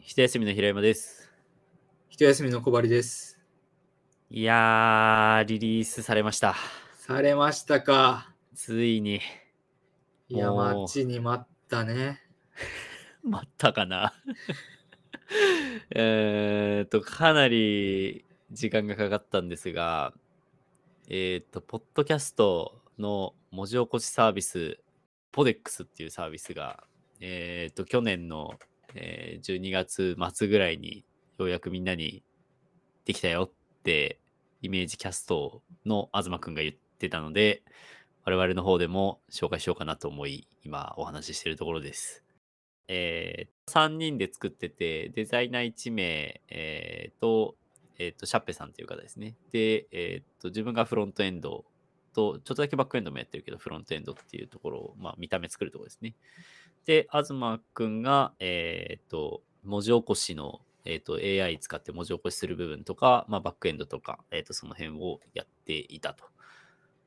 一休みの平山です。一休みの小針です。いやー、リリースされました。されましたか。ついに、いや、おー待ちに待ったね。待ったかな。えーっと、かなり時間がかかったんですが、えーっと、ポッドキャストの文字起こしサービス、ポデックスっていうサービスが、えーっと、去年の、えー12月末ぐらいに、ようやくみんなにできたよって、イメージキャストの東くんが言ってたので、我々の方でも紹介しようかなと思い、今お話ししているところです。えー、3人で作ってて、デザイナー1名、えーと、えーと、シャッペさんという方ですね。で、えーと、自分がフロントエンドと、ちょっとだけバックエンドもやってるけど、フロントエンドっていうところを、まあ、見た目作るところですね。で、東くんが、えーと、文字起こしの、えーと、AI 使って文字起こしする部分とか、まあ、バックエンドとか、えーと、その辺をやっていたと、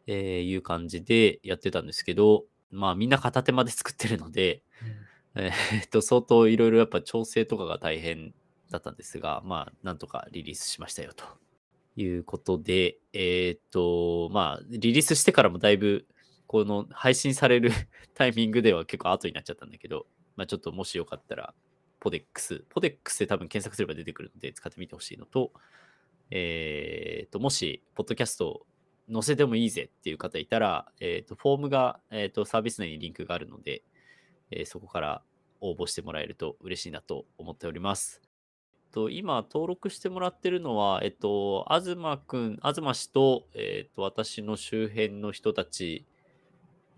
えーいう感じでやってたんですけど、まあ、みんな片手間で作ってるので、えーっと、相当いろいろやっぱ調整とかが大変だったんですが、まあ、なんとかリリースしましたよということで、えーっと、まあ、リリースしてからもだいぶ、この配信される タイミングでは結構後になっちゃったんだけど、まあ、ちょっともしよかったら、ポデックス、ポデックスで多分検索すれば出てくるので使ってみてほしいのと、えーっと、もし、ポッドキャストを載せてもいいぜっていう方いたら、えーっと、フォームが、えーっと、サービス内にリンクがあるので、えーそこから応募してもらえると嬉しいなと思っております。と今、登録してもらってるのは、えっと、東くん、東氏と、えっと、私の周辺の人たち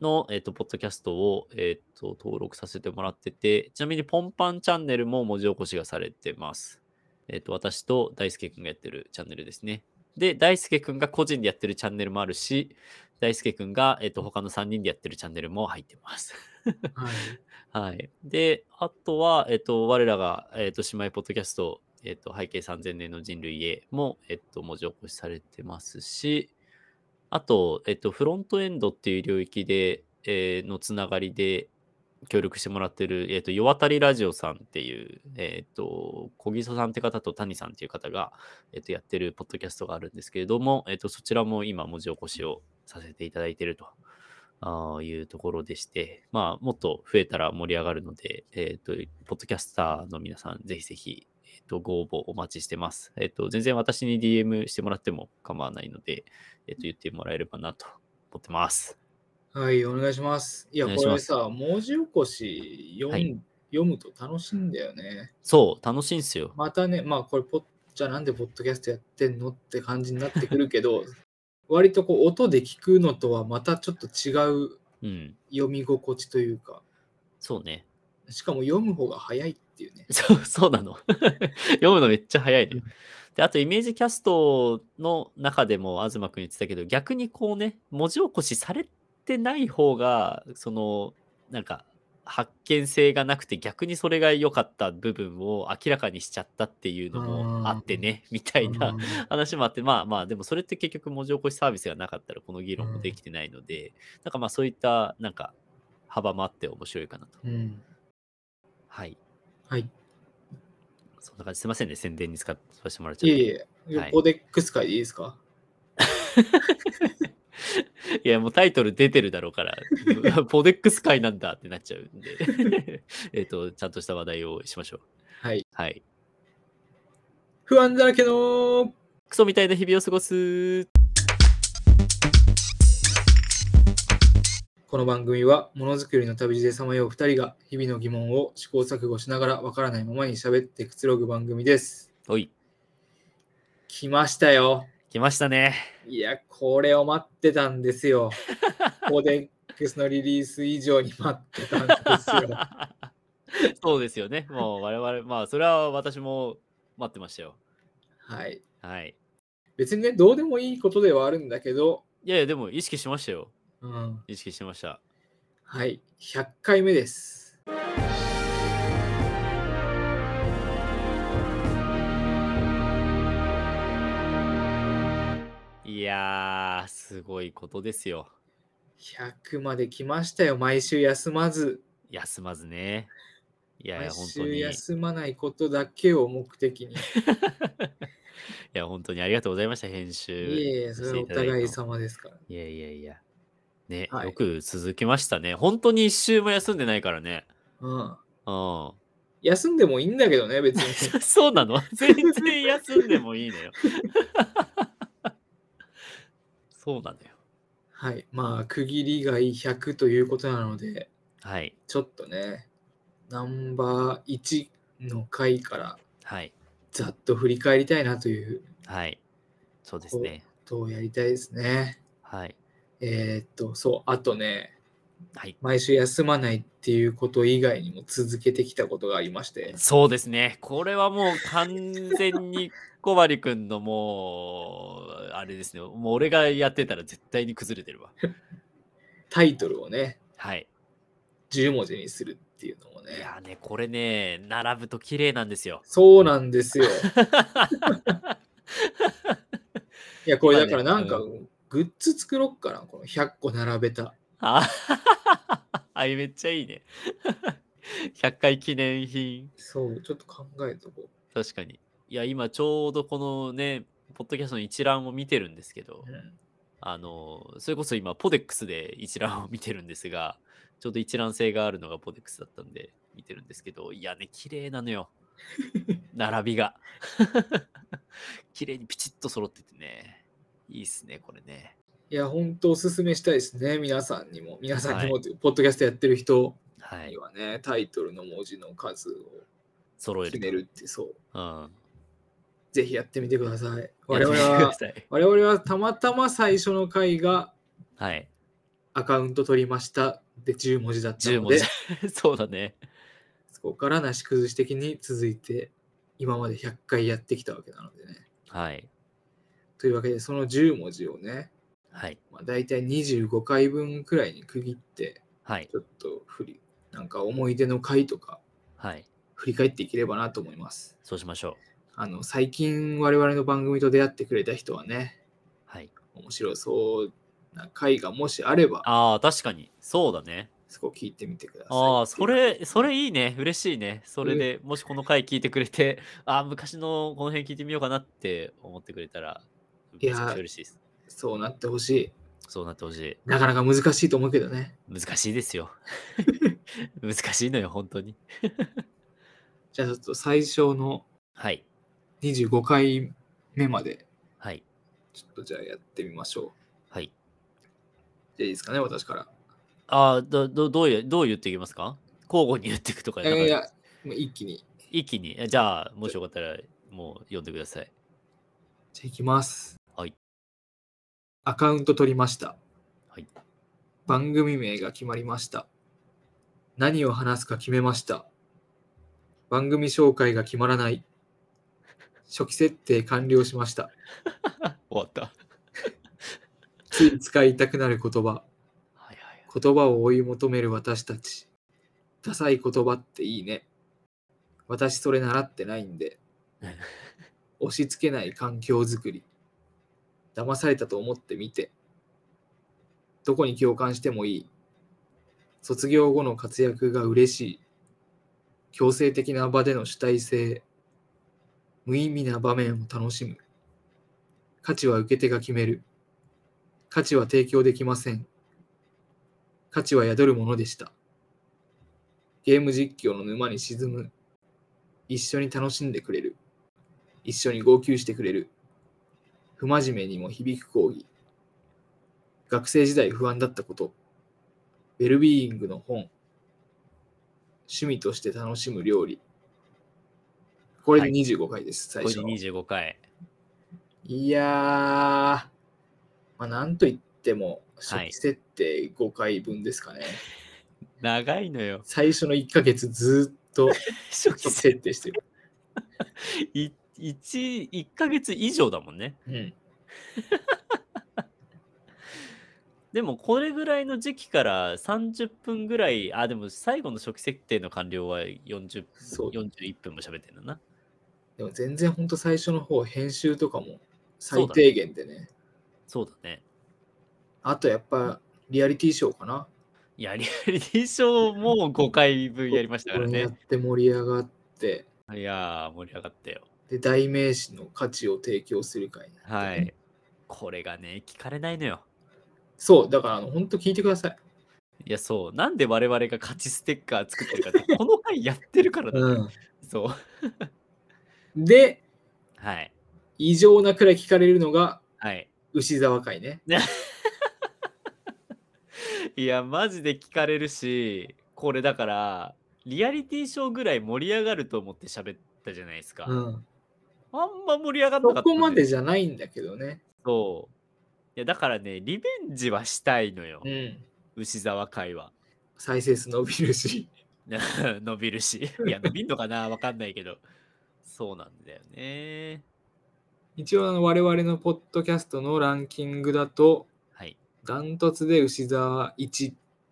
の、えっと、ポッドキャストを、えっと、登録させてもらってて、ちなみに、ポンパンチャンネルも文字起こしがされてます。えっと、私と大輔くんがやってるチャンネルですね。で、大輔くんが個人でやってるチャンネルもあるし、大輔くんが、えっと、他の3人でやってるチャンネルも入ってます。はい、はい。で、あとは、えっと、我らが、えっと、姉妹ポッドキャスト、えっと、背景3000年の人類へも、えっと、文字起こしされてますし、あと、えっと、フロントエンドっていう領域で、えーのつながりで協力してもらってる、えっと、夜渡りラジオさんっていう、えっと、小木曽さんって方と谷さんっていう方が、えっと、やってるポッドキャストがあるんですけれども、えっと、そちらも今、文字起こしをさせていただいているとあーいうところでして、まあ、もっと増えたら盛り上がるので、えっ、と、ポッドキャスターの皆さん、ぜひぜひ、えっ、と、ご応募お待ちしてます。えっ、と、全然私に DM してもらっても構わないので、えっ、と、言ってもらえればなと思ってます。はい、お願いします。いや、お願いこしまれすさ、文字起こし読,、はい読むと楽しいんだよね。そう、楽しいんすよ。またね、まあ、これポッ、じゃあなんでポッドキャストやってんのって感じになってくる けど、割とこう音で聞くのとはまたちょっと違ううん。読み心地というか、そうね。しかも読む方が早いっていうね。 そう、そうなの。読むのめっちゃ早いの、よ。で、あと、イメージキャストの中でも、東くん言ってたけど、逆にこうね、文字起こしされてない方が、その、なんか、発見性がなくて、逆にそれが良かった部分を明らかにしちゃったっていうのもあってね、みたいなうん話もあって、まあまあ、でもそれって結局文字起こしサービスがなかったらこの議論もできてないので、なんかまあそういった、なんか、幅もあって面白いかなと。うん。はい。はい。そんな感じ。すいませんね。宣伝に使わせてもらっちゃいっえて。いえ、はいポデックス会でいいですかいや、もうタイトル出てるだろうから、 ポデックス会なんだってなっちゃうん で、えっと、ちゃんとした話題をしましょう。はい。はい。不安だらけのークソみたいな日々を過ごす。この番組はものづくりの旅路でさまよう2人が日々の疑問を試行錯誤しながらわからないままに喋ってくつろぐ番組です。おい、来ましたよ。来ましたね。 いや、これを待ってたんですよ。コデックスのリリース以上に待ってたんです よ。そうですよね。もう我々、まあ、それは私も待ってましたよ。はい。はい。別にね、どうでもいいことではあるんだけど、いやいや、でも意識しましたよ。うん、意識してました。はい。100回目です。いやー、すごいことですよ。 100まで来ましたよ。毎週休まず。休まずね。いやい毎や、本当週に。い休まないことだけを目的に。や、本当にありがとうございました、編集。いえいえ、それはお互いさ様ですから。いやいやいや。ね、はいよく続きましたね。本当に一週も休んでないからね。うん。うん。 休んでもいいんだけどね、別に。 そうなの全然休んでもいいのよ。 そうなのよ。はい。まあ、区切りが100ということなので、はい。ちょっとね、ナンバー1の回からはい。ざっと振り返りたいなというはい。そうですね。ことをやりたいですね。はい。えーっと、そう、あとね、はい。毎週休まないっていうこと以外にも続けてきたことがありまして、そうですね。これはもう完全に小針くんのもう、あれですね。もう俺がやってたら絶対に崩れてるわ。タイトルをね、はい。 10文字にするっていうのもいね、やーね、これね、並ぶと綺麗なんですよ。そうなんで すよ。いや、これだからなんか今、グッズ作ろっかな、この100個並べた。ああれめっちゃいいね。100回記念品。そう、ちょっと考えとこ確かに。いや、今ちょうどこのね、ポッドキャストの一覧を見てるんですけどう、うん。あの、それこそ今、ポデックスで一覧を見てるんですが、ちょうど一覧性があるのがポデックスだったんで、見てるんですけど、いやね、綺麗なの よ。並びが。 綺麗にピチッと揃っててね。いいっすね、これね。いや、本当おすすめしたいですね、皆さんにも。皆さんにも、はポッドキャストやってる人はにい。はね、タイトルの文字の数を揃え決ると。めるって、そう。うん。ぜひやってみてください。我やってみてく々だは、さい。我々はたまたま最初の回がはい。アカウント取りましたで10文字だった10の文で、字。 そうだね。そこからなし崩し的に続いて、今まで100回やってきたわけなのでね。はい。というわけで、その10文字をね、はい。まあ、大体25回分くらいに区切って、はい。ちょっと振り、なんか思い出の回とかはい。振り返っていければなと思います。そうしましょう。あの、最近我々の番組と出会ってくれた人はね、はい。面白そうな回がもしあれば、ああ、確かに。そうだね。そこ聞いてみてください。ああ、それ、それいいね。嬉しいね。それで、もしこの回聞いてくれて、 ああ、昔のこの辺聞いてみようかなって思ってくれたら、いめやちーゃくちゃ嬉しいです。そうなってほしい。そうなってほしい。なかなか難しいと思うけどね。難しいです よ。難しいのよ、本当に。じゃあちょっと最初のはい。 25回目まで、はい。ちょっとじゃあやってみましょう。はい。じゃあいいですかね、私から。ああ、ど、ど、どうや、どう言っていきますか交互に言っていくとかいじゃなやくていや、もう一気に。一気に。えじゃあ、もしよかったら、もう読んでください。じゃあいきます。はい。アカウント取りました。はい。番組名が決まりました。何を話すか決めました。番組紹介が決まらない。初期設定完了しました。終わった。はいつい使いたくなる言葉。はいはい。言葉を追い求める私たち。ダサい言葉っていいね。私それ習ってないんで。押し付けない環境づくり。騙されたと思ってみて。どこに共感してもいい。卒業後の活躍が嬉しい。強制的な場での主体性。無意味な場面を楽しむ。価値は受け手が決める。価値は提供できません。価値は宿るものでした。ゲーム実況の沼に沈む。一緒に楽しんでくれる。一緒に号泣してくれる。不真面目にも響く講義。学生時代不安だったこと。ウェルビーイングの本。趣味として楽しむ料理。これで25回です、これ最初での。 25回。いやー、まあ、なんといっても、はい初期設定5回分ですかね。長いのよ。最初の1ヶ月ずーっと 初期初期設設定し てる。い一一ヶ月以上だもんね。うん、でもこれぐらいの時期から30分ぐらい、あ、でも最後の初期設定の完了は40そう41分も喋ってんだな。でも全然ほんと最初の方、編集とかも最低限でね。そうだね。あとやっぱ、リアリティショーかな。いや、リアリティショーも5回分やりましたからやっね。て盛り上がって、いやー、盛り上がったよ。で、代名詞の価値を提供する会になってはい。これがね、聞かれないのよ。そう、だからあの、本当聞いてください。いや、そう。なんで我々が勝ちステッカー作ってるかって、この回やってるからだ。うん。そう。で、はい。異常なくらい聞かれるのが、はい。牛沢会ね。いや、マジで聞かれるし、これだから、リアリティショーぐらい盛り上がると思って喋ったじゃないですか。うん。あんま盛り上がんなかそったんこまでじゃないんだけどね。そう。いや、だからね、リベンジはしたいのよ。うん。牛沢会は。再生数伸びるし。 伸びるし。いや、伸びんのかなわかんないけど。そうなんだよね。一応あの、我々のポッドキャストのランキングだと、はい。ダントツで牛は沢1、い、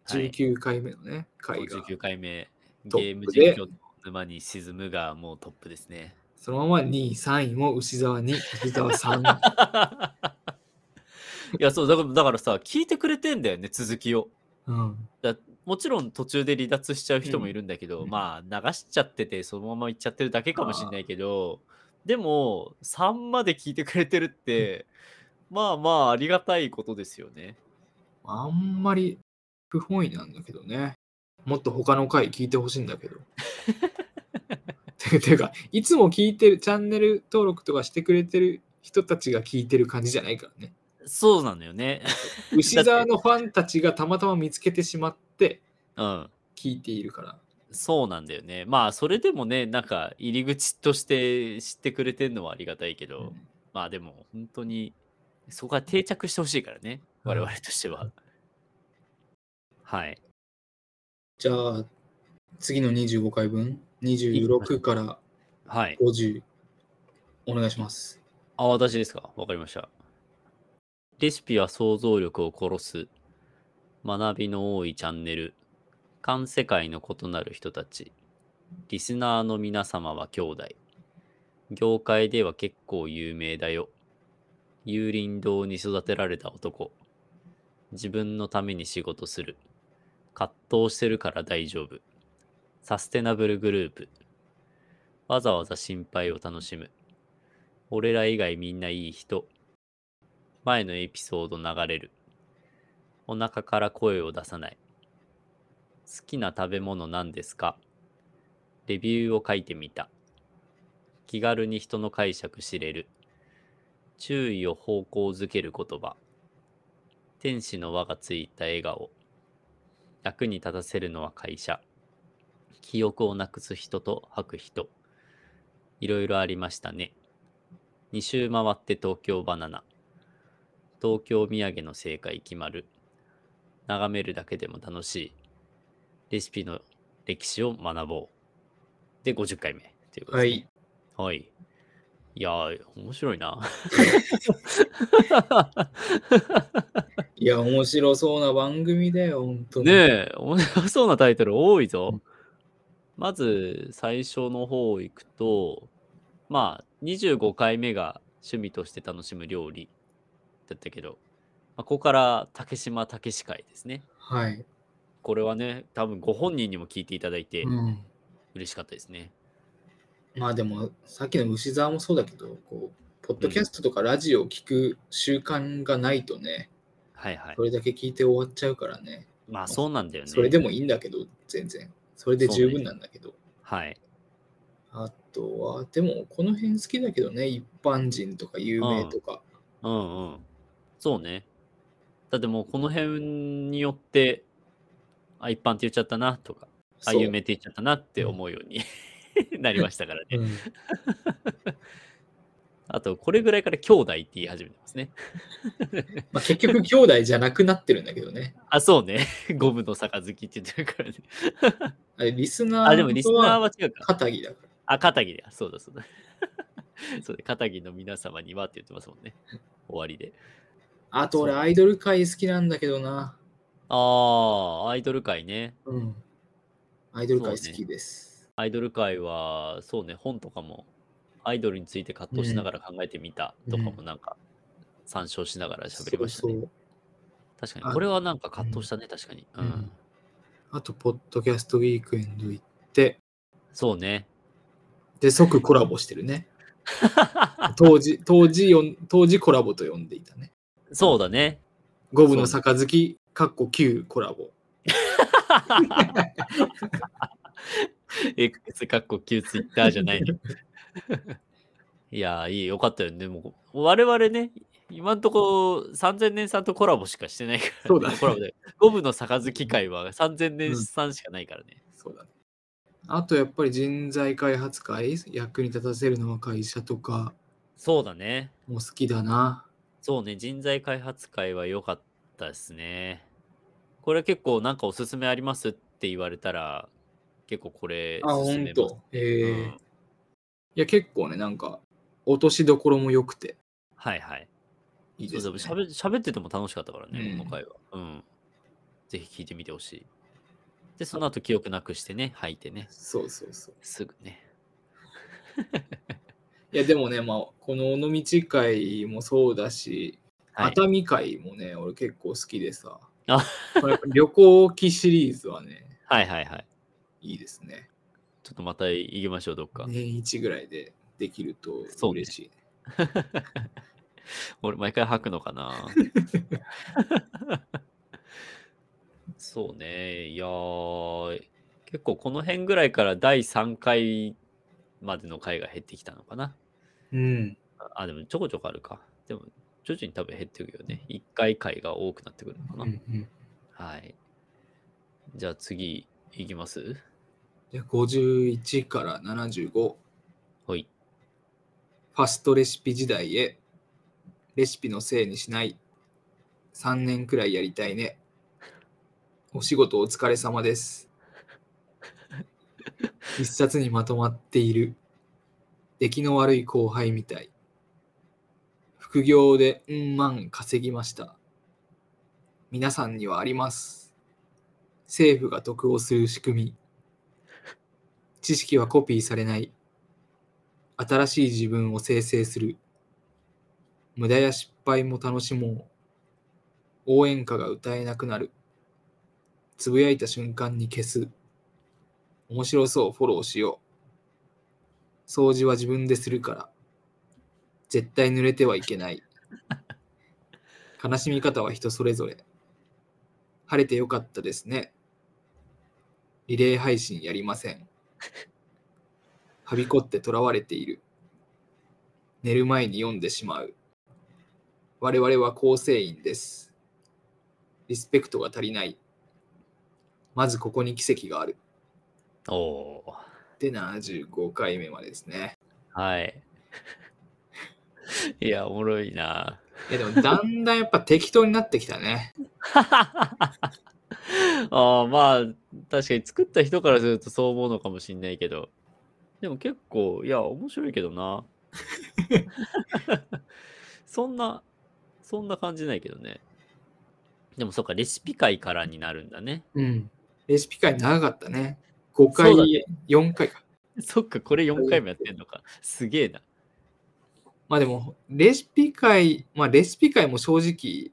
19回目のね、会が。 19回目。トゲームップで実況の沼に沈むがもうトップです ね。そのまま2位、3位も牛沢2、牛沢3。 いや、そうだから、だからさ、聞いてくれてんだよね、続きを。うん。だもちろん途中で離脱しちゃう人もいるんだけど、うんまあ流しちゃっててそのまま行っちゃってるだけかもしれないけどでも3まで聞いてくれてる って、まあまあありがたいことですよね。あんまり不本意なんだけどね。もっと他の回聞いてほしいんだけど。 ててか、いつも聞いてる、チャンネル登録とかしてくれてる人たちが聞いてる感じじゃないからね。そうなのよね。牛沢のファンたちがたまたま見つけてしまって うん聞いているから。そうなんだよね。まあそれでもねなんか入り口として知ってくれてるのはありがたいけど、うんまあでも本当にそこが定着してほしいからね我々としては。はい。じゃあ、次の25回分、26からはい。 50、お願いします。あ、私ですか。わかりました。レシピは想像力を殺す。学びの多いチャンネル。環世界の異なる人たち。リスナーの皆様は兄弟。業界では結構有名だよ。有林堂に育てられた男。自分のために仕事する。葛藤してるから大丈夫。サステナブルグループ。わざわざ心配を楽しむ。俺ら以外みんないい人。前のエピソード流れる。お腹から声を出さない。好きな食べ物何ですかレビューを書いてみた。気軽に人の解釈知れる。注意を方向づける言葉。天使の輪がついた笑顔。役に立たせるのは会社。記憶をなくす人と吐く人。いろいろありましたね。2周回って東京バナナ。東京土産の正解決まる。眺めるだけでも楽しい。レシピの歴史を学ぼう。で、50回目ということはですねい。はい。いやー、面白い な。いや、面白そうな番組だよ、本当に。ねえ、面白そうなタイトル多いぞ。まず、最初の方行くと、まあ、25回目が趣味として楽しむ料理だったけど、まあ、ここから竹島武史会ですね。はい。これはね、多分ご本人にも聞いていただいてうん。嬉しかったですね。まあでもさっきの牛沢もそうだけどこうポッドキャストとかラジオを聞く習慣がないとね、はいはいそ。れだけ聞いて終わっちゃうからねまあ、そうなんだよね。それでもいいんだけど全然それで十分なんだけど、はい。あとはでもこの辺好きだけどね一般人とか有名とか、うんうん。そうね。だってもうこの辺によって、あ、一般って言っちゃったなとか、あ、そう有名って言っちゃったなって思うように なりましたからね。うんあと、これぐらいから兄弟って言い始めてますね。まあ、結局兄弟じゃなくなってるんだけどねあ、そうね。 ゴムの杯って言ってるからね。あれリスナあ、でもリースナーはは違うか。肩着だかあ、片桐だ。そうだそうだ。 そうだ、片桐の皆様にはって言ってますもんね。終わりで。らあと俺そうアイドル界好きなんだけどなああ、アイドル界ね。うんアイドル界好そうねきです、アイドル界はそうね本とかもアイドルについて葛藤しながら考えてみたとかもうなんか参照しながら喋りましたそね。うそう確かあにこれはなんか葛藤したね確かに。ううんん。あと、ポッドキャストウィークエンド行って、そうね。で、即コラボして るね。当時、当時よん、当時コラボと呼んでいたね。そうだね。五分の杯、かっこ9コラボ。 X かっこ Q ツイッターじゃない の。いやー、いい、よかったよね。もう我々ね、今んとこ3000年さんとコラボしかしてないから、そう だねコラボで。ゴブの杯会は3000年さんしかないからね。そうだね。あと、やっぱり人材開発会、役に立たせるのは会社とかそうだね。も好きだな。そうね、人材開発会は良かったですね。これ結構なんかおすすめありますって言われたら、結構これあ、ほ勧めんますと。えうーいんや、結構ね、なんか、落としどころも良くてはいはい。いいそでうす、そうね。喋喋ってても楽しかったからね、うんこの回は。うん。ぜひ聞いてみてほしい。で、その後記憶なくしてね、吐いてね、そうそうそう。すぐね。いや、でもね、まあ、この尾道会もそうだし、はい熱。海会もね、俺結構好きでさ。あこれ旅行記シリーズはね、はいはいはい。いいですね。ちょっとまた行きましょう、どっか。年一ぐらいでできるとそうね嬉しい、俺、毎回吐くのかなそうね。いやー、結構この辺ぐらいから第3回までの回が減ってきたのかな。うん。あ、でもちょこちょこあるか。でも、徐々に多分減っていくよね。1回回が多くなってくるのかな。うんうん、はい。じゃあ次いきますじゃあ51から75、フはい。ァストレシピ時代へ、レシピのせいにしない、3年くらいやりたいね。お仕事お疲れ様です。一冊にまとまっている。出来の悪い後輩みたい。副業でうんまん稼ぎました。皆さんにはあります。政府が得をする仕組み。知識はコピーされない。新しい自分を生成する。無駄や失敗も楽しもう。応援歌が歌えなくなる。つぶやいた瞬間に消す。面白そう、フォローしよう。掃除は自分でするから。絶対濡れてはいけない。悲しみ方は人それぞれ。晴れてよかったですね。リレー配信やりません。はびこって囚われている。寝る前に読んでしまう。我々は構成員です。リスペクトが足りない。まずここに奇跡がある。おおで、75回目までですね。ー。はい。 いや、おもろいな。いやでも、だんだんやっぱ適当になってきたね。 ああまあ、確かに作った人からするとそう思うのかもしんないけど。でも結構、いや、面白いけど な。そんな、そんな感じないけどね。でもそっか、レシピ会からになるんだね。うん。レシピ会長かったね。5回、そうだね4回か。そっか、これ4回もやってんのか。すげえな。まあでも、レシピ会、まあレシピ会も正直、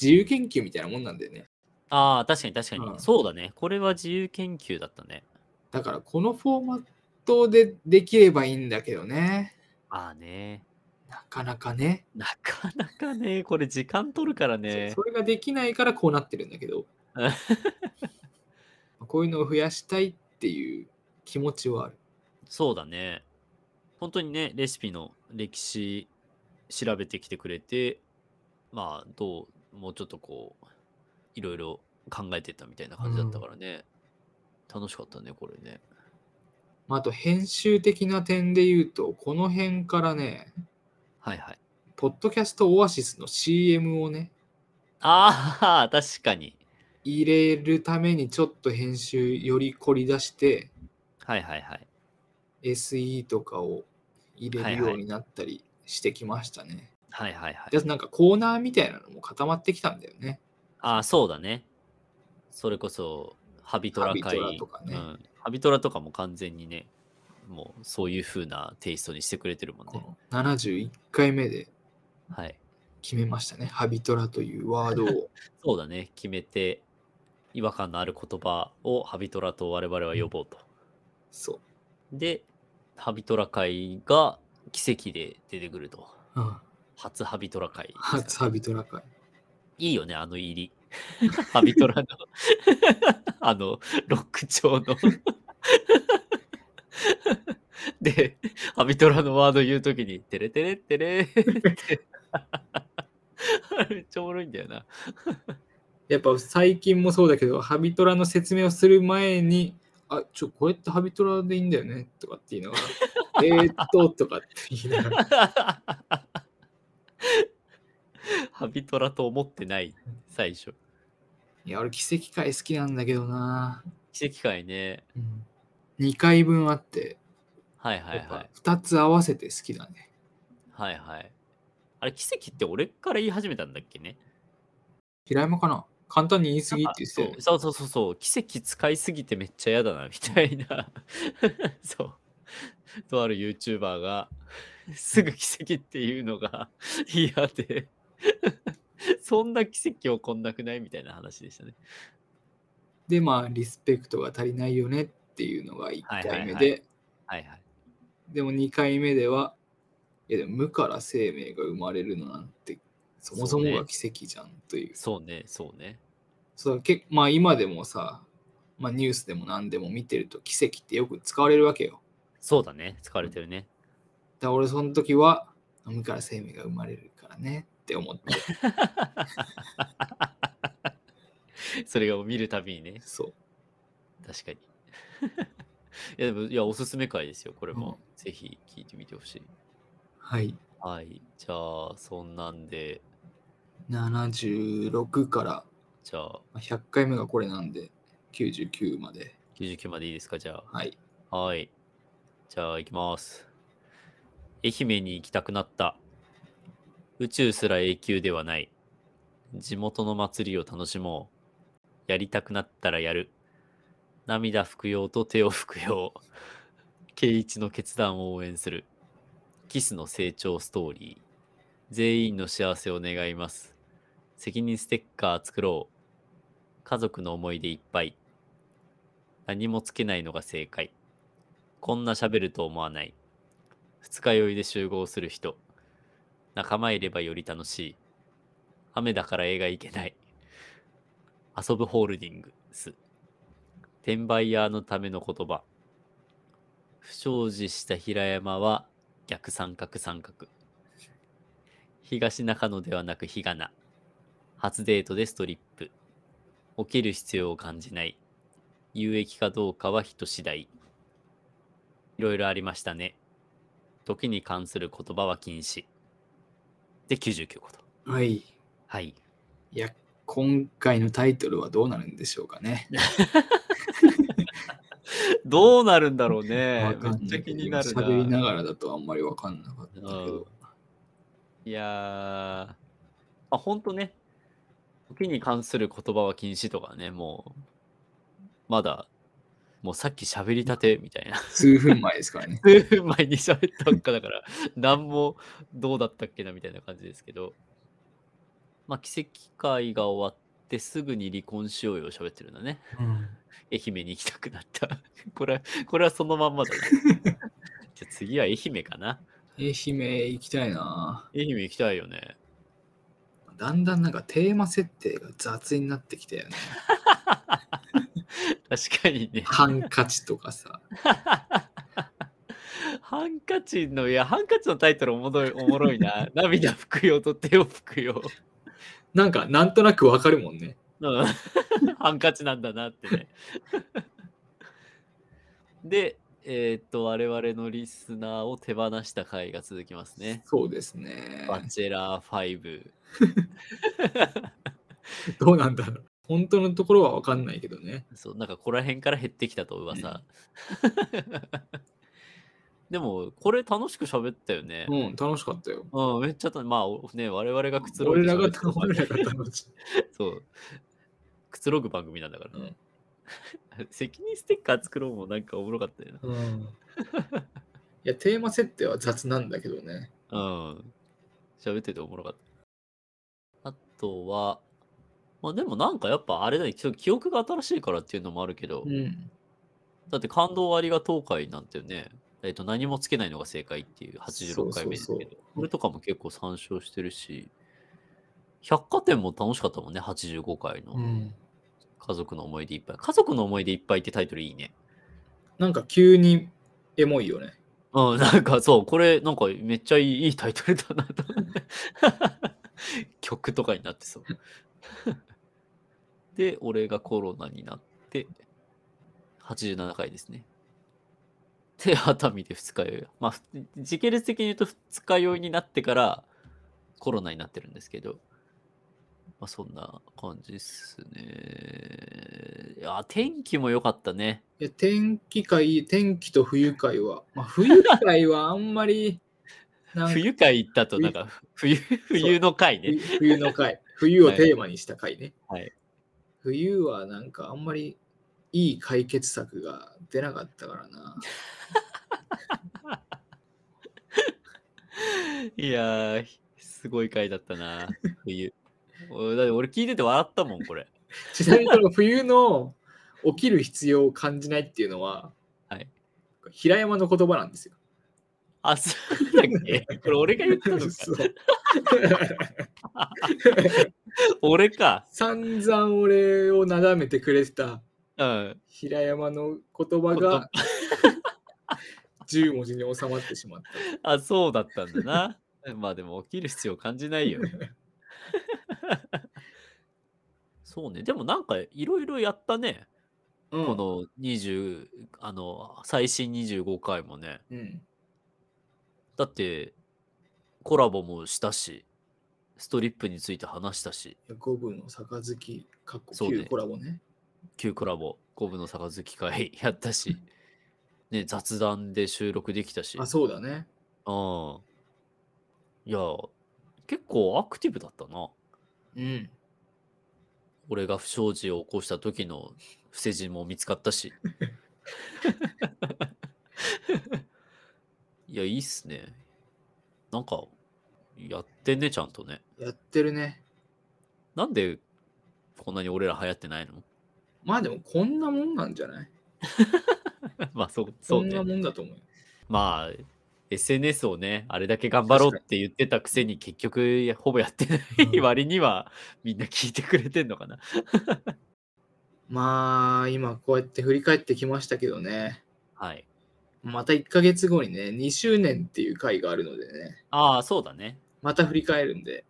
自由研究みたいなもんなんだよね。ああ、確かに確かに、うんそうだね。これは自由研究だったね。だからこのフォーマットでできればいいんだけどね。ああね。なかなかね。なかなかね、これ時間取るからねそ。それができないからこうなってるんだけどうん。こういうのを増やしたいっていう気持ちはある。そうだね。本当にね、レシピの歴史調べてきてくれて、まあ、どう、もうちょっとこう、いろいろ考えてたみたいな感じだったからね。楽しかったね、これね。まあ、あと編集的な点で言うと、この辺からね、はいはい。ポッドキャストオアシスの CM をね、ああ、確かに。入れるためにちょっと編集より凝り出して、はいはいはい。 SE とかを入れるようになったりしてきましたね。はいはいはい。でなんかコーナーみたいなのも固まってきたんだよね。ああ、そうだね。それこそ、ハビトラ会。ハビトラとかねうん。ハビトラとかも完全にね、もうそういう風なテイストにしてくれてるもんこね。の71回目ではい。 決めましたね。ハビトラというワードを。そうだね。決めて、違和感のある言葉をハビトラと我々は呼ぼうと。そう。で、ハビトラ会が奇跡で出てくると。うん初ハビトラ会ですかね、初ハビトラ会。いいよね、あの入り。ハビトラのあの、 ロック調 ので、ハビトラのワード言うときに、テレテレテレー って。あれめっちゃおもろいんだよな。やっぱ最近もそうだけど、ハビトラの説明をする前に、あ、ちょ、これってハビトラでいいんだよねとかっていうのがら、 えーっと、とかって言いながら、 ハビトラと思ってない、最初。いや、俺奇跡会好きなんだけどな、奇跡会ね。うん、2回分あって、はいはやいっはぱい。 2つ合わせて好きだね。はいはい。あれ、奇跡って俺から言い始めたんだっけね平山かな簡単に言い過ぎっなんかて言ってたよねそうそうそうそうそう奇跡使いすぎてめっちゃ嫌だなみたいな そうとある YouTuber がすぐ奇跡っていうのが嫌でそんな奇跡起こんなくないみたいな話でしたねで、まあ、リスペクトが足りないよねっていうのが1回目で、はいはいははいはいでも2回目では、いやでも無から生命が生まれるのなんて、そもそもが奇跡じゃんという。そうねそうねそうけまあ今でもさ、まあ、ニュースでも何でも見てると奇跡ってよく使われるわけよ。そうだね使われてるねだから俺その時は無から生命が生まれるからねって 思ってそれを見るたびにねそう確かにいやでもいやおすすめ回ですよこれも、ぜひ聞いてみてほしいはいはいじゃあそんなんで76からじゃあまあ100回目がこれなんで99まで99までいいですかじゃはいあ。はい。じゃあ行きます。愛媛に行きたくなった。宇宙すら永久ではない。地元の祭りを楽しもう。やりたくなったらやる。涙拭用と手を拭用。圭一の決断を応援する。キスの成長ストーリー。全員の幸せを願います。責任ステッカー作ろう。家族の思い出いっぱい。何もつけないのが正解。こんな喋ると思わない。二日酔いで集合する人。仲間いればより楽しい。雨だから絵がいけない。遊ぶホールディングス。転売ヤーのための言葉。不祥事した平山は逆三角三角。東中野ではなく日がな。初デートでストリップ。起きる必要を感じない。有益かどうかは人次第。いろいろありましたね。時に関する言葉は禁止。で、99個と。はいいはい。や今回のタイトルはどうなるんでしょうかね どうなるんだろうねわ。かんめっちなゃいけ気どになるな。喋りながらだとあんまりわかんなかったけどいやー、あ、ほんとね。時に関する言葉は禁止とかね、もう、まだ、もうさっき喋りたてみたいな。数分前ですからね数分前に喋ったばっかだから、何もどうだったっけなみたいな感じですけど、まあ、奇跡会が終わってすぐに離婚しようよ喋ってるんだね。 うん愛媛に行きたくなった。 これは、これはそのまんまだね。 じゃあ次は愛媛かな。愛媛行きたいな愛媛行きたいよね。だんだんなんかテーマ設定が雑になってきたよ ね。確かにね。ハンカチとかさ。ハンカチの、いや、ハンカチのタイトルおもろいおもろいな。涙拭くよと手を拭くよ。なんかなんとなくわかるもんね。うん ハンカチなんだなってね。 で、えーっと、我々のリスナーを手放した回が続きますね。そうですね。バチェラー5。どうなんだろう。本当のところはわかんないけどね。そう、なんかここら辺から減ってきたと噂。 でも、これ楽しく喋ったよね。うん、楽しかったよ。うん、めっちゃ楽まあおね、我々がくつろ俺ぐらが喋ってたから俺らが楽しい。そう。くつろぐ番組なんだからね。 責任ステッカー作ろうもなんかおもろかったよ うん。いや、テーマ設定は雑なんだけどね。な。うん。喋ってておもろかった。あとは、まあでもなんかやっぱあれだね、ちょっと記憶が新しいからっていうのもあるけど、うん。だって感動ありがとう会なんてね、えっ、と何もつけないのが正解っていう86回目ですけそど、うそうそうこれとかも結構参照してるし、百貨店も楽しかったもんね、85回うのん、家族の思い出いっぱい。家族の思い出いっぱいってタイトルいいね。なんか急にエモいよね。うん、なんかそう、これなんかめっちゃいいいいタイトルだなと思って。 曲とかになってそう。で、俺がコロナになって、87回ですね。で、熱海で二日酔い。まあ、ふ時系列的に言うと二日酔いになってからコロナになってるんですけど、まあ、そんな感じっすね。いや、天気も良かったね。いや天気会、天気と冬会は、まあ、冬会はあんまり、なんか冬会行ったと、なんか、冬、冬の会ね。冬冬の会、冬をテーマにした会ね。はい冬はなんかあんまりいい解決策が出なかったからな。いやー、ひすごい回だったな、冬。おだって俺聞いてて笑ったもん、これ。ちなみにこの冬の起きる必要を感じないっていうのは、はい平山の言葉なんですよ。あ、そうだっ けこれ俺が言ったのか。そう俺か。散々俺をなだめてくれてたうん。平山の言葉 が10文字に収まってしまった。あ、そうだったんだな。まあでも起きる必要感じない よ。そうね。でもなんかいろいろやったね。うんこの20、あの、最新25回もね。うん、だって、コラボもしたし、ストリップについて話したし。五分の杯、かっこそうね旧コラボね。旧コラボ、五分の杯会やったし、ね、雑談で収録できたし、あ、そうだね。うん。いや、結構アクティブだったな。うん。俺が不祥事を起こした時の不正人も見つかった し。いや、いいっすね。なんか、やってんね、ちゃんとね。やってるね。なんで、こんなに俺ら流行ってないの まあでもこんなもんなんじゃないまあ、そう、そそうんねな。もんだと思うよ。まあ、SNS をね、あれだけ頑張ろうって言ってたくせに、結局、ほぼやってなうい ん割には、みんな聞いてくれてんのかな。まあ今こうやって振り返ってきましたけどね。はい。また1ヶ月後にね、2周年っていう回があるのでね。ああ、そうだね。また振り返るんで。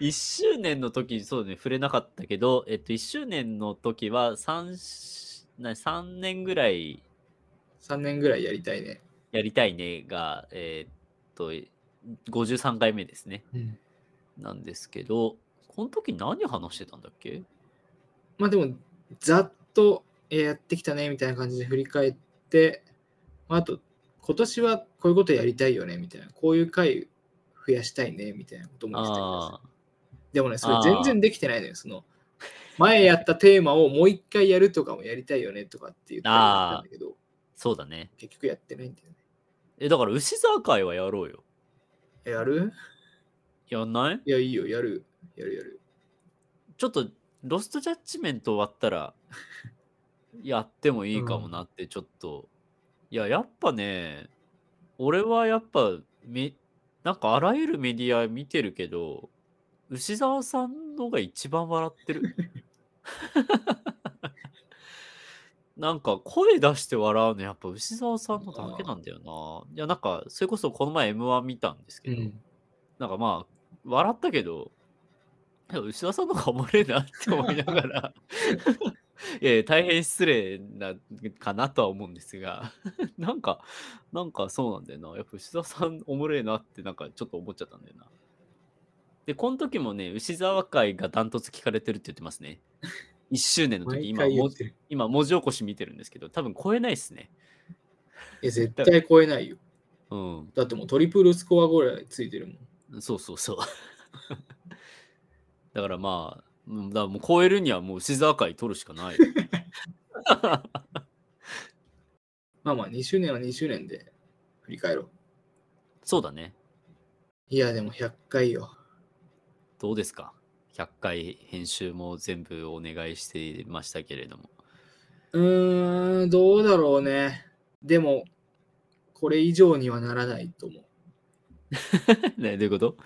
1周年の時そうね、触れなかったけど、えっと、1周年の時は3、な3年ぐらい3年ぐらいやりたいね。やりたいねが、えっと、53回目ですね。うん、なんですけど、この時何話してたんだっけまあでも、ざっとえーやってきたねみたいな感じで振り返って、まあ、あと、今年はこういうことやりたいよねみたいな、こういう回増やしたいねみたいなことも言ってたんですよああ、でもね、そあれー全然できてないのよ。その前やったテーマをもう一回やるとかもやりたいよねとかって言ったりやったんだけど、そうだね。結局やってないんだよね。え、だから、牛沢会はやろうよ。えやるやんないいや、いいよ、やる。やるやる。ちょっとロストジャッジメント終わったらやってもいいかもなってちょっと、いややっぱね俺はやっぱめなんかあらゆるメディア見てるけど牛沢さんのが一番笑ってるなんか声出して笑うのやっぱ牛沢さんのだけなんだよないやなんかそれこそこの前 m 1見たんですけど、なんかまあ、笑ったけど、でも牛田さんの方がおもれえなって思いなが ら、いやいや大変失礼なかなとは思うんですが、 なんか、なんかそうなんだよな。やっぱ牛田さんおもれえなってなんかちょっと思っちゃったんだよな。で、この時もね、牛沢会がダントツ聞かれてるって言ってますね。1周年の時、毎今回言もってる。今文字起こし見てるんですけど、多分超えないですね。いや、絶対超えないよ。うん。だってもうトリプルスコアぐらいついてるもん。そうそうそう。 だからまあ、うんだからもう超えるにはもう静岡会取るしか ないよ。まあまあ、2周年は2周年で振り返ろう。そうだね。いや、でも100回よ。どうですか100回編集も全部お願いしていましたけれども。うーん、どうだろうね。でも、これ以上にはならないと思う。 ね、どういうこと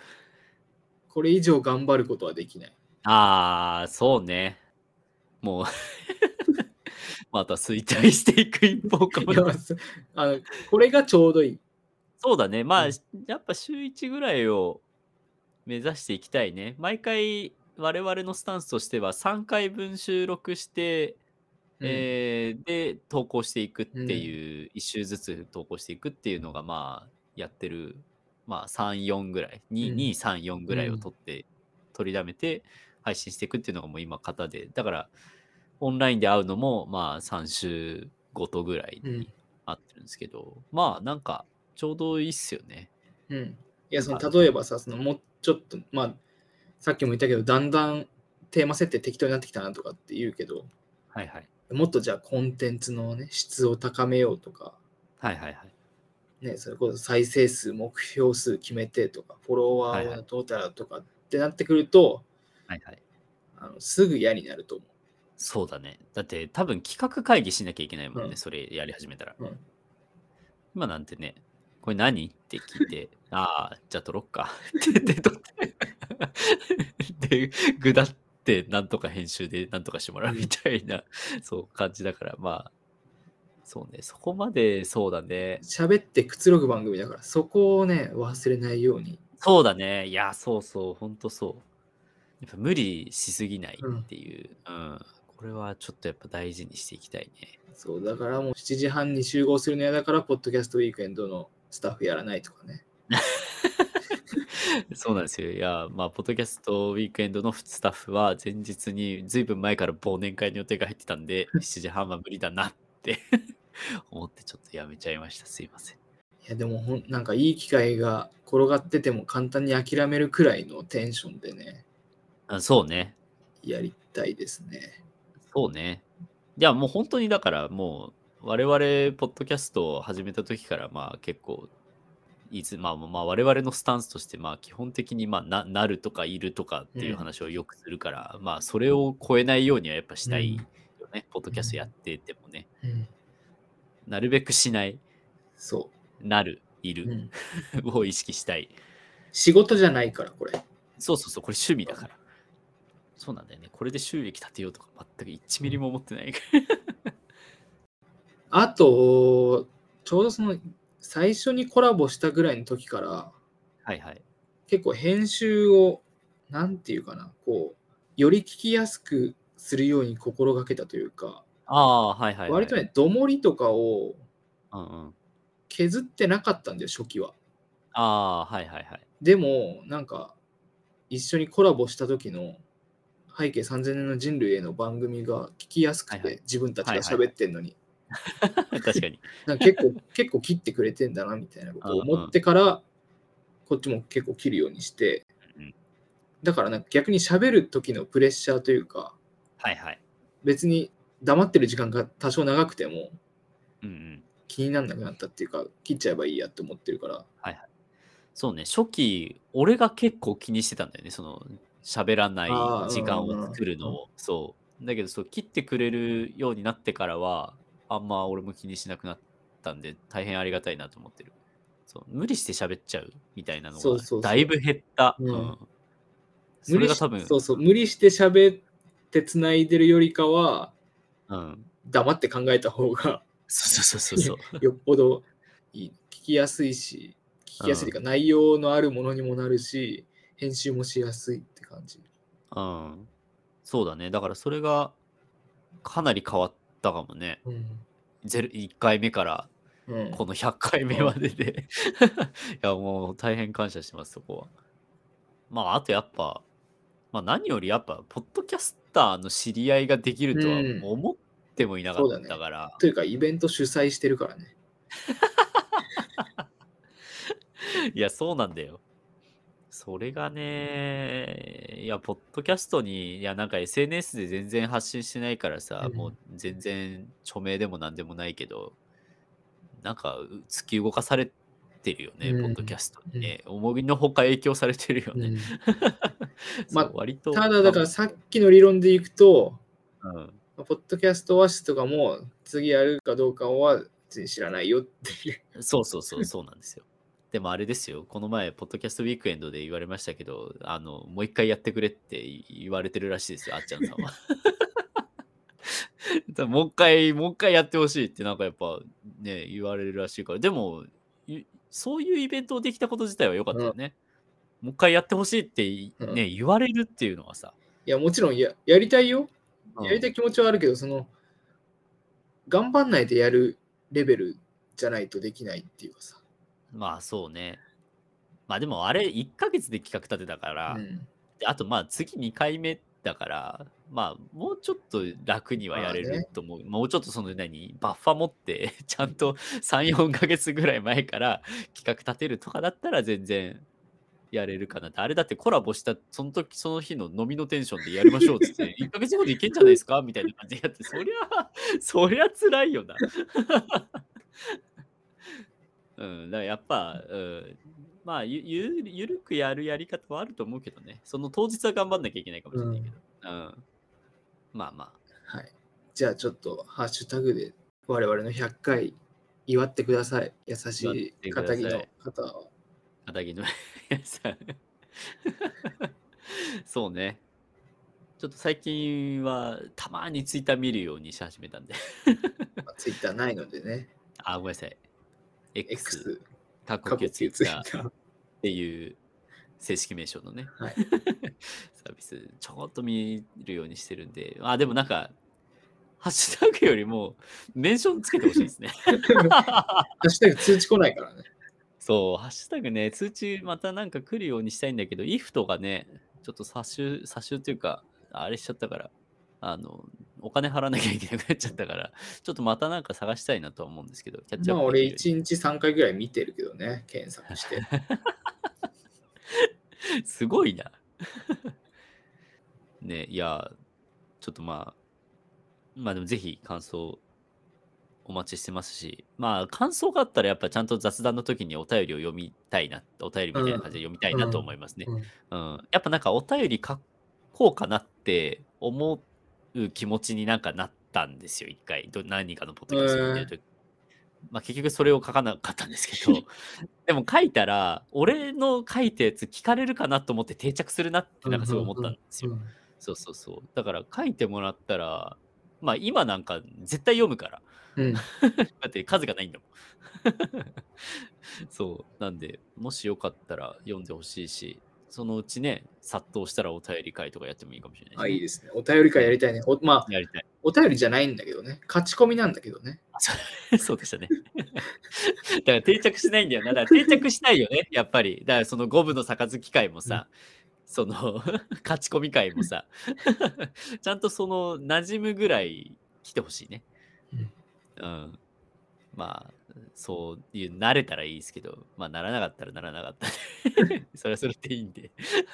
これ以上頑張ることはできない。ああ、そうね。もう、 また衰退していく一方かもい やそ あのこれがちょうどいい。そうだね。まあ、うんやっぱ週1ぐらいを目指していきたいね。毎回、我々のスタンスとしては3回分収録して、えーで、投稿していくっていう、1週ずつ投稿していくっていうのが、まあ、やってる、まあ、3、4ぐらい、2、うん2 3、4ぐらいをうん取って、取りだめて、配信していくっていうのがもう今、型で。だから、オンラインで会うのも、まあ、3週ごとぐらいうんに合ってるんですけど、まあ、なんか、ちょうどいいっすよね。うんうん、いやその例えばさそのもうちょっとまあさっきも言ったけどだんだんテーマ設定適当になってきたなとかって言うけどはいはい。もっとじゃあコンテンツの、ね、質を高めようとか、はいはいはい。ね、それこそ再生数目標数決めてとかフォロワはいーはをいどうたらとかってなってくると、はいはい。あのすぐ嫌になると思そうだね。だって、多分企画会議しなきゃいけないもんね、うんそれやり始めたら。うん今なんてね、これ何って聞いて、ああ、じゃあ撮ろっか。って言って撮って。で、ぐだって、なんとか編集でなんとかしてもらうみたいな、そう、感じだから、まあ、そうね、そこまでそうだねう。喋ってくつろぐ番組だからそこをね忘れないようにそうだね。いや、そうそう、ほんとそう。やっぱ無理しすぎないっていう、うん、これはちょっとやっぱ大事にしていきたいね。そうだからもう7時半に集合するの嫌だからポッドキャストウィークエンドのスタッフやらないとかねそうなんですよ。いや、まあ、ポッドキャストウィークエンドのスタッフは前日にずいぶん前から忘年会の予定が入ってたん で、7時半は無理だなって 思ってちょっとやめちゃいました。すいません。いやでもほんなんかいい機会が転がってても簡単に諦めるくらいのテンションでねあそうね。やりたいですね。そうね。いや、もう本当にだからもう、我々、ポッドキャストを始めた時から、まあ結構、いつまあ、まあ我々のスタンスとして、まあ基本的にまあななるとかいるとかっていううん話をよくするから、まあそれを超えないようにはやっぱしたいうんよね。ポッドキャストやっててもね。うん、なるべくしない、そ、なる、いうる、を意識したい。仕事じゃないからこれ。そうそうそう、これ趣味だから。そうなんだよね。これで収益立てようとか全く1ミリも思ってないかあとちょうどその最初にコラボしたぐらいの時からら。はいはい。結構編集をなんていうかなこうより聞きやすくするように心がけたというか、ああ、はいはい、はい。割とねどもりとかをうんうん。削ってなかったんだよ初期は。ああー、はいはいはい。でも、なんか、一緒にコラボした時の背景3000年の人類への番組が聞きやすくて、はいはい自分たちがはいはいはい喋ってんのに、確かに。なんか結 構、結構切ってくれてんだなみたいなことを思ってから、こっちも結構切るようにしてうん、だからなんか逆に喋る時のプレッシャーというか、はいはい。別に黙ってる時間が多少長くてもうんうん。気にならなくなったっていうか、切っちゃえばいいやって思ってるから、そうね、初期、俺が結構気にしてたんだよね。その、喋らないあー時間うんうんうをん作るのを。そう。だけど、そう、切ってくれるようになってからは、あんま俺も気にしなくなったんで、大変ありがたいなと思ってる。そう無理して喋っちゃうみたいなのそうそうそうが、だいぶ減った。うんそれが多無理分し、そうそう、無理して喋ってつないでるよりかは、うん。黙って考えた 方がそうそうそうそう。よっぽどいい聞きやすいし聞きやすいというか内容のあるものにもなるし編集もしやすいって感じ うん。そうだね。だから、それが、かなり変わったかもね。うん、ゼロ1回目からうん、この100回目までで いやもう大変感謝してますそこはまああとやっぱ、まあ、何よりやっぱポッドキャスターの知り合いができるとはうん思ってもいなかそうっだたねから、というかイベント主催してるからねいやそうなんだよそれがねいやポッドキャストにいやなんか SNS で全然発信してないからさ、うんもう全然著名でも何でもないけどなんかう突き動かされってるよね、うんポッドキャストにね。思いのほか影響されてるよね。まあそう割と。ただだからさっきの理論でいくと、うん、ポッドキャストオアシスとかも次やるかどうかは別に知らないよっていう。 そうそうそう、そうなんですよ。でもあれですよ、この前、ポッドキャストウィークエンドで言われましたけど、あの、もう一回やってくれって言われてるらしいですよ、あっちゃんさんは。だからもう一回、もう一回やってほしいって、なんかやっぱね、言われるらしいから、でも、いそういうイベントをできたこと自体は良かったよね。もう一回やってほしいってい、うんね、言われるっていうのはさ、いや、もちろんややりたいよ。うんやりたい気持ちはあるけど、その、頑張んないでやるレベルじゃないとできないっていうかさ。まあそうね。まあでもあれ、1ヶ月で企画立てたから、うんであとまあ次2回目だから、まあもうちょっと楽にはやれまあると思う。もうちょっとその何、バッファ持って、 ちゃんと3、4ヶ月ぐらい前から企画立てるとかだったら全然やれるかなって。あれだってコラボした、その時その日の飲みのテンションでやりましょうっつって、1ヶ月 後でいけんじゃないですかみたいな感じでやって、そりゃ、そりゃ辛いよな。うん、だからやっぱ、うん、まあゆゆる、ゆるくやるやり方はあると思うけどね。その当日は頑張んなきゃいけないかもしれないけど。うん。まあまはい。じゃあちょっと、ハッシュタグで我々の100回祝ってください。優しい祝って肩く着ださのい方を。あ、片桐の 皆さん。そうね。ちょっと最近はたまにツイッター見るようにし始めたんで。ツイッターないので ね。あ、ごめんなさい。X、 X、過去過形去ツイ形ッツイターッっ ター。ていう正式名称のね、 はいサービス、ちょこっと見るようにしてるんで。あ、でもなんか、ハッシュタグよりも、メンションつけてほしい ですね。ハッシュタグ通知来ないか らね。そう、ハッシュタグね、通知またなんか来るようにしたいんだけど、if とかね、ちょっと殺臭、殺臭っていうか、あれしちゃったから、あの、お金払わなきゃいけなくなっちゃったから、ちょっとまたなんか探したいなとは思うんですけど、キャッチアまッあプ俺できるように。 1日3回ぐらい見てるけどね、検索して。 すごいな。ね、いや、ちょっとまあ、まあでもぜひ感想お待ちしてますし、まあ感想があったらやっぱちゃんと雑談の時にお便りを読みたいな、お便りみたいな感じで読みたいなと思いますね。うんうん、やっぱなんかお便り書こうかなって思う気持ちになんかなったんですよ、一回。ど何かのポッドキャストを見てる時まあ結局それを書かなかったんですけど、 でも書いたら、俺の書いたやつ聞かれるかなと思って定着するなってなんかすごい思ったんですよ。うんそうそうそう。だから書いてもらったら、まあ今なんか絶対読むから。うんだって数がないんだもん。 そう。なんで、もしよかったら読んでほしいし、そのうちね、殺到したらお便り会とかやってもいいかもしれないしね、 あいいですね。お便り会やりたいね。おまあ、やりたい。お便りじゃないんだけどね。勝ち込みなんだけどね。 そうでしたね。だから定着しないんだよな。だから定着しないよね、やっぱり。だからその五分の杯会もさ、その勝ち込み会もさ、ちゃんとその馴染むぐらい来てほしいね。うん。まあ、そういう、慣れたらいいですけど、まあ、ならなかったらならなかったで それはそれでいいんで、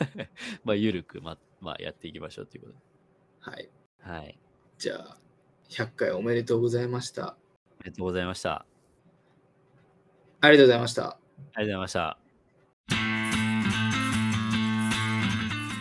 まあ、ゆるく、ま、まあ、やっていきましょうということで。はい。はい。じゃあ、100回おめでとうございました。ありがとうございました。ありがとうございました。ありがとうございました。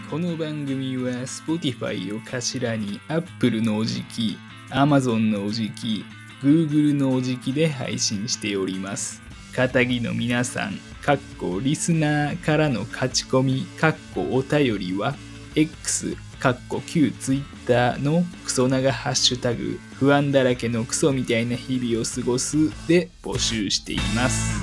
この番組は Spotify を頭に Apple のおじき、Amazon のおじき、Google のおじきで配信しております。片木の皆さん、かっこリスナーからの勝ち込み、かっこお便りは、X、かっこ旧 Twitter のクソ長ハッシュタグ、不安だらけのクソみたいな日々を過ごすで募集しています。